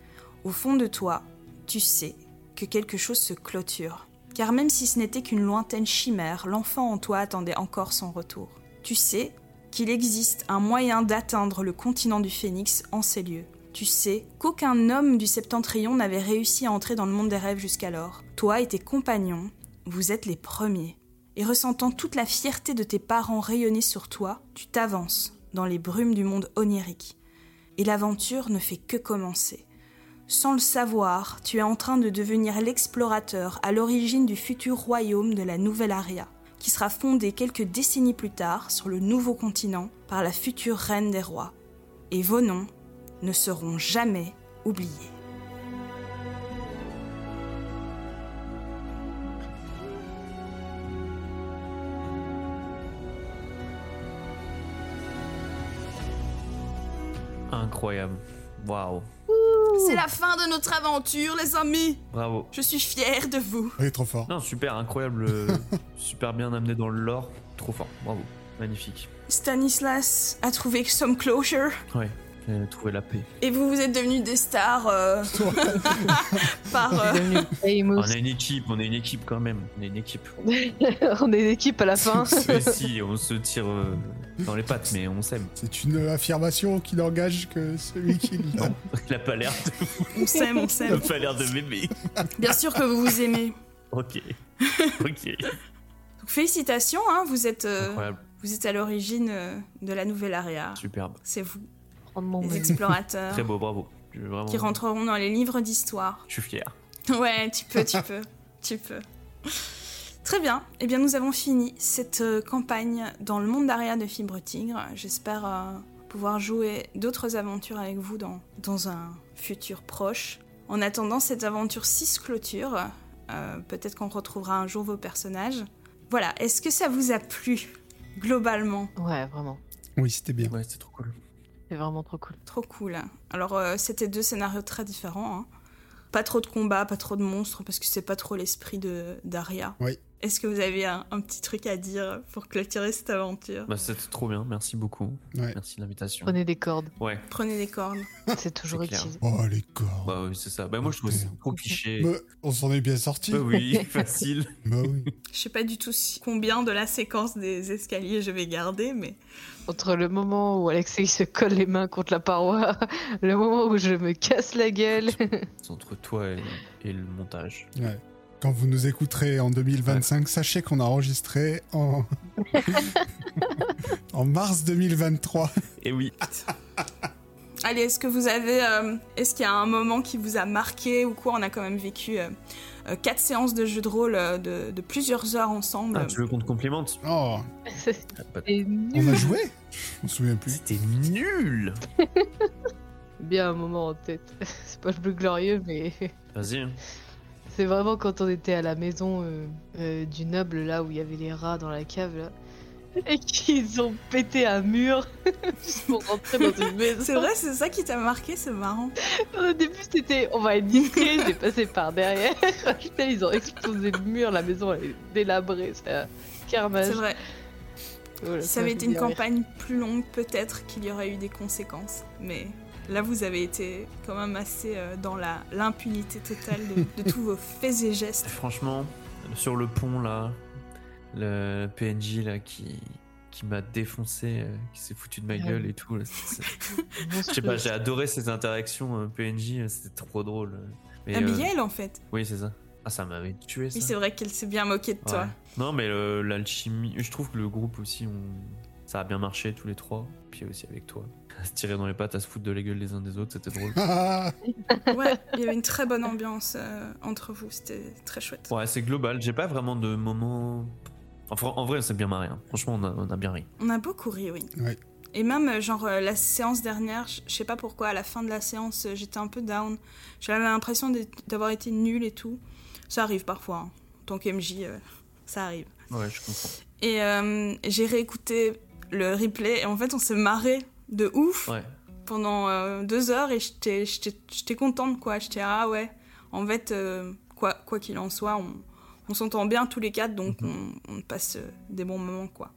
Au fond de toi, tu sais que quelque chose se clôture. Car même si ce n'était qu'une lointaine chimère, l'enfant en toi attendait encore son retour. Tu sais qu'il existe un moyen d'atteindre le continent du phénix en ces lieux. Tu sais qu'aucun homme du septentrion n'avait réussi à entrer dans le monde des rêves jusqu'alors. Toi et tes compagnons, vous êtes les premiers. Et ressentant toute la fierté de tes parents rayonner sur toi, tu t'avances dans les brumes du monde onirique. Et l'aventure ne fait que commencer. Sans le savoir, tu es en train de devenir l'explorateur à l'origine du futur royaume de la Nouvelle Aria, qui sera fondé quelques décennies plus tard sur le nouveau continent par la future reine des rois. Et vos noms ne seront jamais oubliés. incroyable. Waouh, C'est la fin de notre aventure, les amis. bravo. Je suis fière de vous. Il est trop fort. Non, super, incroyable, euh, super bien amené dans le lore. Trop fort, bravo, magnifique. Stanislas a trouvé some closure Ouais, j'ai trouvé la paix. et vous vous êtes devenus des stars euh, par euh, C'est devenu famous. On est une équipe, on est une équipe quand même. On est une équipe. On est une équipe à la fin. Mais si, on se tire euh, dans les pattes, mais on s'aime. C'est une affirmation qui n'engage que celui qui l'a. Il a pas l'air de, on s'aime, on il a s'aime. pas l'air de m'aimer. Bien sûr que vous vous aimez. Ok, ok. Donc, félicitations, hein, vous êtes euh, Incroyable, vous êtes à l'origine euh, de la nouvelle aria. superbe. C'est vous, Prendre mon les mail. explorateurs bah, Très beau, bravo. Je, vraiment, qui rentreront dans les livres d'histoire. je suis fier. Ouais, tu peux, tu peux, tu peux. Très bien, eh bien nous avons fini cette euh, campagne dans le monde d'Aria de Fibre Tigre. J'espère euh, pouvoir jouer d'autres aventures avec vous dans, dans un futur proche. En attendant, cette aventure 6 clôture. Euh, Peut-être qu'on retrouvera un jour vos personnages. Voilà, est-ce que ça vous a plu globalement Ouais, vraiment. Oui, c'était bien. Ouais, c'est trop cool. C'est vraiment trop cool. Trop cool. Alors, euh, c'était deux scénarios très différents. hein. Pas trop de combats, pas trop de monstres, parce que c'est pas trop l'esprit de d'Aria. Oui. Est-ce que vous avez un, un petit truc à dire pour clôturer cette aventure Bah, c'était trop bien, merci beaucoup. Ouais. Merci de l'invitation. Prenez des cordes. Ouais, Prenez des cordes. C'est toujours C'est clair. utile. Oh, les corps. bah oui, c'est ça. Bah moi je trouve ça trop cliché. Bah, on s'en est bien sorti. Bah oui, facile. Bah oui. Je sais pas du tout si- combien de la séquence des escaliers je vais garder, mais Entre le moment où Alexei se colle les mains contre la paroi, le moment où je me casse la gueule. C'est entre toi et, et le montage. Ouais. Quand vous nous écouterez en 2025, sachez qu'on a enregistré en... en mars 2023. Et oui, Ah, Ah, allez, est-ce que vous avez, euh, est-ce qu'il y a un moment qui vous a marqué ou quoi On a quand même vécu euh, euh, quatre séances de jeu de rôle euh, de, de plusieurs heures ensemble. ah, tu veux qu'on te complimente Oh, C'est Ah, Pas- on nul. a joué Je me souviens plus. C'était nul Bien un moment en tête. C'est pas le plus glorieux, mais Vas-y. c'est vraiment quand on était à la maison euh, euh, du noble, là où il y avait les rats dans la cave, là. Et qu'ils ont pété un mur juste pour rentrer dans une maison. C'est vrai, c'est ça qui t'a marqué, c'est marrant. Au début, c'était on va être discret, j'ai passé par derrière. Putain, ils ont explosé le mur, la maison elle est délabrée, c'est un carnage. Oh, C'est vrai. Voilà, Ça avait m'a été une fait bien rire. campagne plus longue, peut-être qu'il y aurait eu des conséquences. Mais Là, vous avez été quand même assez euh, dans la l'impunité totale de, de tous vos faits et Et gestes. Franchement, sur le pont là, le PNJ là qui qui m'a défoncé, euh, qui s'est foutu de ma Ouais. gueule et tout. là, c'est- c'est- Je sais pas, j'ai adoré ces interactions euh, PNJ, euh, c'était trop drôle. Mais, Ah, mais euh, Yael, en fait. oui, c'est ça. Ah, ça m'avait tué ça. Oui, c'est vrai qu'elle s'est bien moquée de toi. Ouais. Non, mais le- l'alchimie. Je trouve que le groupe aussi, on- ça a bien marché tous les trois. Puis aussi avec toi. À se tirer dans les pattes, à se foutre de la gueule les uns des autres, c'était drôle. Ah, Ouais, il y avait une très bonne ambiance euh, entre vous. C'était très chouette. Ouais, c'est global. J'ai pas vraiment de moment. Enfin, en vrai, on s'est bien marré. hein. Franchement, on a, on a bien ri. On a beaucoup ri, oui. Ouais. Et même, euh, genre, euh, la séance dernière, je je sais pas pourquoi, à la fin de la séance, euh, j'étais un peu down. J'avais l'impression d'être- d'avoir été nulle et tout. Ça arrive parfois. hein. En tant qu'MJ, euh, ça arrive. Ouais, je comprends. Et euh, j'ai réécouté le replay et en fait, on s'est marré de ouf Ouais. pendant euh, deux heures et j'étais- j'étais j'étais contente, quoi. J'étais, ah ouais, en fait, euh, quoi quoi qu'il en soit, on, on s'entend bien tous les quatre, donc on, on passe euh, des bons moments, quoi.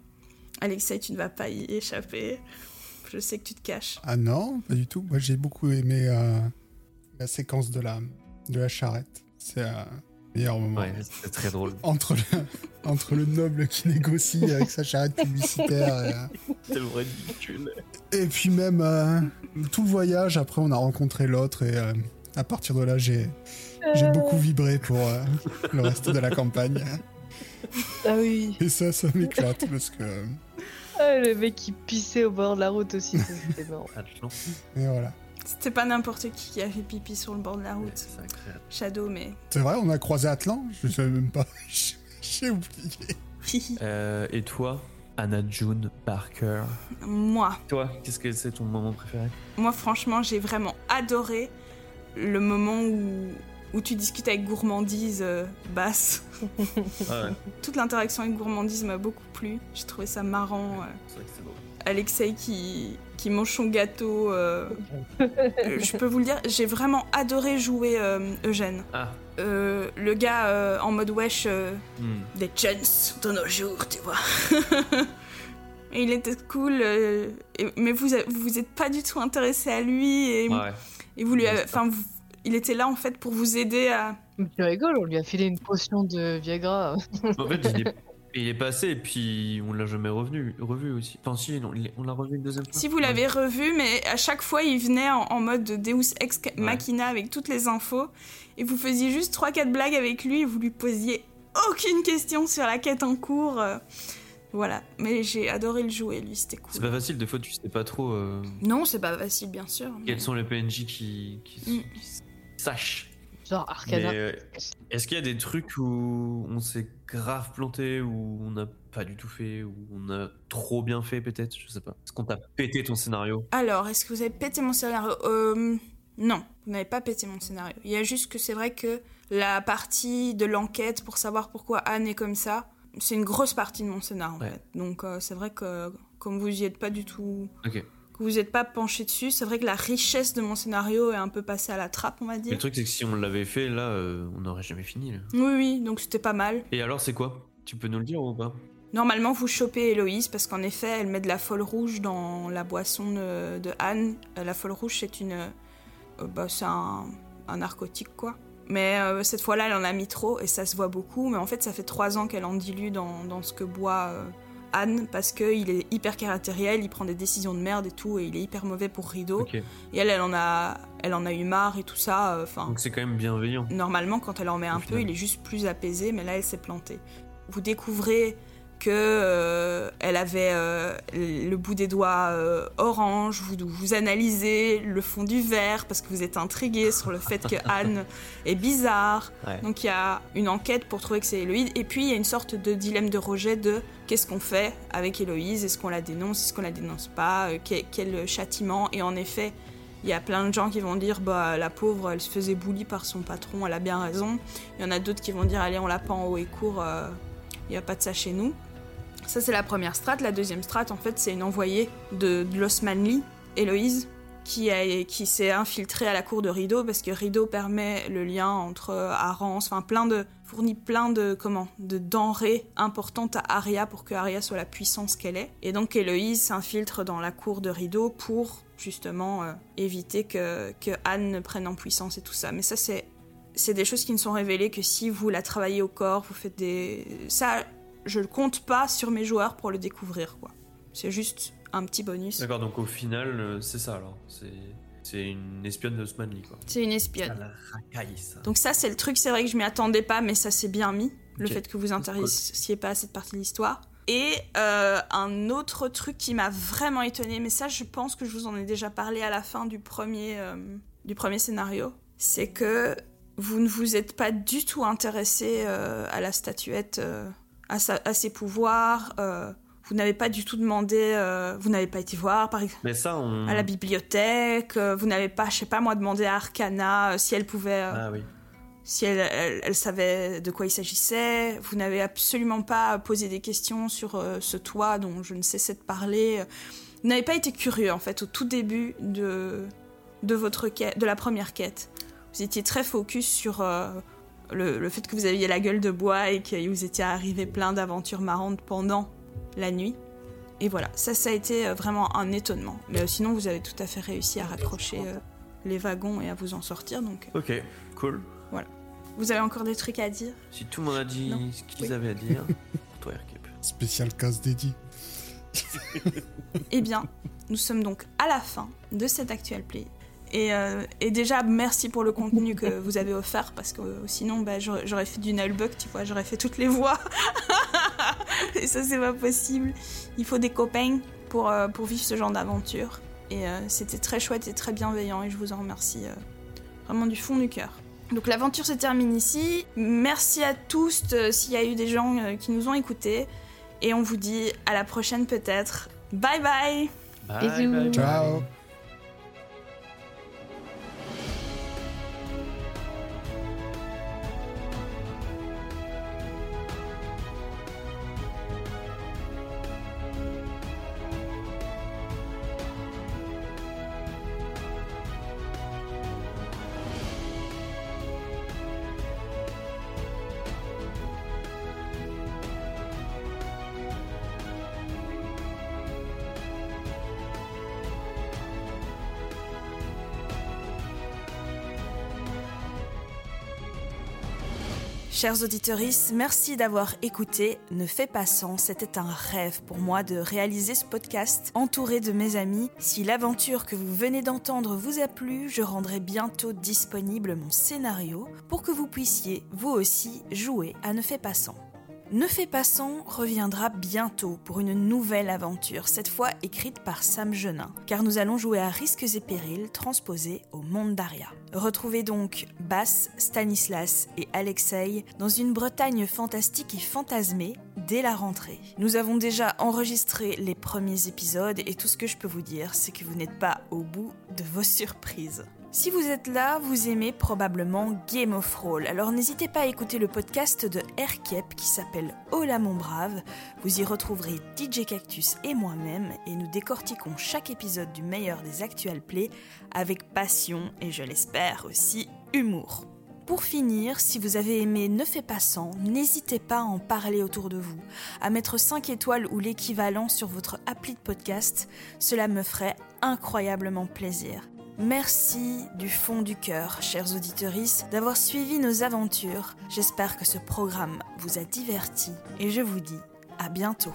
Alexei, tu ne vas pas y échapper. Je sais que tu te caches. ah non, pas du tout. Moi, j'ai beaucoup aimé euh, la séquence de la, de la charrette. C'est un meilleur moment. Ouais, c'était très drôle. Entre, le, entre le noble qui négocie avec sa charrette publicitaire et, euh, C'était ridicule. Et puis même euh, tout le voyage, après on a rencontré l'autre et euh, à partir de là j'ai j'ai beaucoup vibré pour euh, le reste de la campagne. Ah oui. Et ça, ça m'éclate parce que... euh, Ah, le mec qui pissait au bord de la route aussi, ça, c'était marrant. Atlan, Et voilà. C'était pas n'importe qui qui a fait pipi sur le bord de la ouais, route. c'est incroyable. Shadow, mais. C'est vrai, on a croisé Atlan, je sais même pas, j'ai oublié. Euh, et toi, Anna June Parker. Moi, Toi, qu'est-ce que c'est ton moment préféré Moi, franchement, j'ai vraiment adoré le moment où, où tu discutes avec Gourmandise euh, basse. Ah ouais, Toute l'interaction avec Gourmandise m'a beaucoup plu. J'ai trouvé ça marrant. euh. c'est vrai que c'est drôle. Alexei qui, qui mange son gâteau. euh. Euh, Je peux vous le dire, j'ai vraiment adoré jouer euh, Eugène. Ah, Euh, le gars euh, en mode wesh, euh, hmm. des gens de nos jours, tu vois. Et Il était cool, euh, et- mais vous a- vous vous êtes pas du tout intéressé à lui et ouais. et vous lui Bien avez- sûr. enfin, vous- il était là en fait pour vous aider à. Mais tu rigoles, on lui a filé une potion de Viagra. En fait, il est, il est passé et puis on l'a jamais revenu, revu aussi. Enfin, si, non, il est- on l'a revu une deuxième fois. Si vous l'avez revu, mais à chaque fois, il venait en, en mode Deus ex machina avec toutes les infos, et vous faisiez juste 3-4 blagues avec lui, et vous lui posiez aucune question sur la quête en cours. euh, voilà. Mais j'ai adoré le jouer, lui, c'était C'est cool. pas facile, des fois tu sais pas trop euh, Non, c'est pas facile, bien sûr. mais- quels sont les PNJ qui, qui, s- Mm. qui s- sachent. Genre Arcana. Mais, euh, est-ce qu'il y a des trucs où on s'est grave planté, où on n'a pas du tout fait, où on a trop bien fait peut-être Je sais pas. Est-ce qu'on t'a pété ton scénario Alors, est-ce que vous avez pété mon scénario Euh, Non, vous n'avez pas pété mon scénario. Il y a juste que c'est vrai que la partie de l'enquête pour savoir pourquoi Anne est comme ça, c'est une grosse partie de mon scénario en Ouais. fait. Donc euh, c'est vrai que comme vous y êtes pas du tout, Ok. que vous n'êtes pas penché dessus, c'est vrai que la richesse de mon scénario est un peu passée à la trappe, on va Mais Le dire. truc c'est que si on l'avait fait là, euh, on n'aurait jamais fini. là. Oui, oui, donc c'était pas mal. Et alors c'est quoi Tu peux nous le dire ou pas Normalement, vous chopez Héloïse parce qu'en effet, elle met de la folle rouge dans la boisson de, de Anne. Euh, La folle rouge, c'est une. euh, bah, c'est un, un narcotique, quoi. Mais euh, cette fois-là, elle en a mis trop et ça se voit beaucoup. Mais en fait, ça fait trois ans qu'elle en dilue dans, dans ce que boit euh, Anne parce qu'il est hyper caractériel, il prend des décisions de merde et tout, et il est hyper mauvais pour Rideau. Ok. Et elle, elle en, a, elle en a eu marre et tout ça. euh, Enfin, Donc c'est quand même bienveillant. normalement, quand elle en met un peu, final. il est juste plus apaisé, mais là, elle s'est plantée. Vous découvrez que euh, elle avait euh, le bout des doigts euh, orange. Vous, vous analysez le fond du verre parce que vous êtes intrigué sur le fait que Anne est bizarre. Ouais. Donc il y a une enquête pour trouver que c'est Héloïse. Et puis il y a une sorte de dilemme de rejet de qu'est-ce qu'on fait avec Héloïse Est-ce qu'on la dénonce Est-ce qu'on la dénonce pas Euh, que- Quel châtiment Et en effet, il y a plein de gens qui vont dire bah la pauvre, elle se faisait bully par son patron, elle a bien raison. Il y en a d'autres qui vont dire allez, on la pend en haut et court, euh, il n'y a pas de ça chez nous. Ça c'est la première strate. La deuxième strate, en fait, c'est une envoyée de, de l'Osmanli, Héloïse, qui, a- qui s'est infiltrée à la cour de Rideau parce que Rideau permet le lien entre euh, Arance, enfin plein de fournit plein de comment de denrées importantes à Arya pour que Arya soit la puissance qu'elle est. Et donc Héloïse s'infiltre dans la cour de Rideau pour justement euh, éviter que, que Anne ne prenne en puissance et tout ça. Mais ça, c'est c'est des choses qui ne sont révélées que si vous la travaillez au corps, vous faites des... Ça, je ne compte pas sur mes joueurs pour le découvrir, quoi. C'est juste un petit bonus. D'accord, donc au final, euh, c'est ça alors. C'est c'est une espionne de Osmanli, quoi. C'est une espionne. Ah, la racaille, ça. Donc ça, c'est le truc, c'est vrai que je m'y attendais pas, mais ça s'est bien mis, le Ok. fait que vous intéressiez pas à cette partie de l'histoire. Et euh, un autre truc qui m'a vraiment étonné, mais ça, je pense que je vous en ai déjà parlé à la fin du premier, euh, du premier scénario, c'est que vous ne vous êtes pas du tout intéressé euh, à la statuette, euh, à, sa- à ses pouvoirs. euh, vous n'avez pas du tout demandé, euh, vous n'avez pas été voir, par exemple Mais ça, on. à la bibliothèque, euh, vous n'avez pas, je sais pas moi, demandé à Arcana euh, si elle pouvait, euh, Ah oui. si elle, elle- elle savait de quoi il s'agissait, vous n'avez absolument pas posé des questions sur euh, ce toit dont je ne cessais de parler, vous n'avez pas été curieux en fait au tout début de, de, votre quête, de la première quête. Vous étiez très focus sur euh, le, le fait que vous aviez la gueule de bois et que vous étiez arrivé plein d'aventures marrantes pendant la nuit. Et voilà, ça, ça a été euh, vraiment un étonnement. Mais euh, sinon, vous avez tout à fait réussi à raccrocher euh, les wagons et à vous en sortir. Donc, euh, Ok, cool. vous avez encore des trucs à dire Si tout le monde a dit Non. ce qu'ils Oui. avaient à dire, pour toi, Erkep. Spécial case dédiée. Eh bien, nous sommes donc à la fin de cette actuelle play. Et, euh, et déjà, merci pour le contenu que vous avez offert, parce que euh, sinon, bah, j'aurais j'aurais fait du Nullbug, tu vois, j'aurais fait toutes les voix. et ça, c'est pas possible. Il faut des copains pour, euh, pour vivre ce genre d'aventure. Et euh, c'était très chouette et très bienveillant, et je vous en remercie euh, vraiment du fond du cœur. Donc l'aventure se termine ici. Merci à tous euh, s'il y a eu des gens euh, qui nous ont écoutés. Et on vous dit à la prochaine peut-être. Bye bye Bye, Bisous. bye, bye. Ciao. Chers auditeurs, merci d'avoir écouté Ne fais pas sans, c'était un rêve pour moi de réaliser ce podcast entouré de mes amis. Si l'aventure que vous venez d'entendre vous a plu, je rendrai bientôt disponible mon scénario pour que vous puissiez, vous aussi, jouer à Ne fais pas sans. Ne fais pas sans reviendra bientôt pour une nouvelle aventure, cette fois écrite par Sam Genin, car nous allons jouer à Risques et Périls transposés au monde d'Aria. Retrouvez donc Bass, Stanislas et Alexei dans une Bretagne fantastique et fantasmée dès la rentrée. Nous avons déjà enregistré les premiers épisodes et tout ce que je peux vous dire, c'est que vous n'êtes pas au bout de vos surprises. Si vous êtes là, vous aimez probablement Game of Roll, alors n'hésitez pas à écouter le podcast de Erkep qui s'appelle Hola mon brave. Vous y retrouverez DJ Cactus et moi-même et nous décortiquons chaque épisode du meilleur des actuels plays avec passion et je l'espère aussi humour. Pour finir, si vous avez aimé Ne fait pas sans, n'hésitez pas à en parler autour de vous, à mettre 5 étoiles ou l'équivalent sur votre appli de podcast, cela me ferait incroyablement plaisir. Merci du fond du cœur, chers auditeurs, d'avoir suivi nos aventures. J'espère que ce programme vous a diverti et je vous dis à bientôt.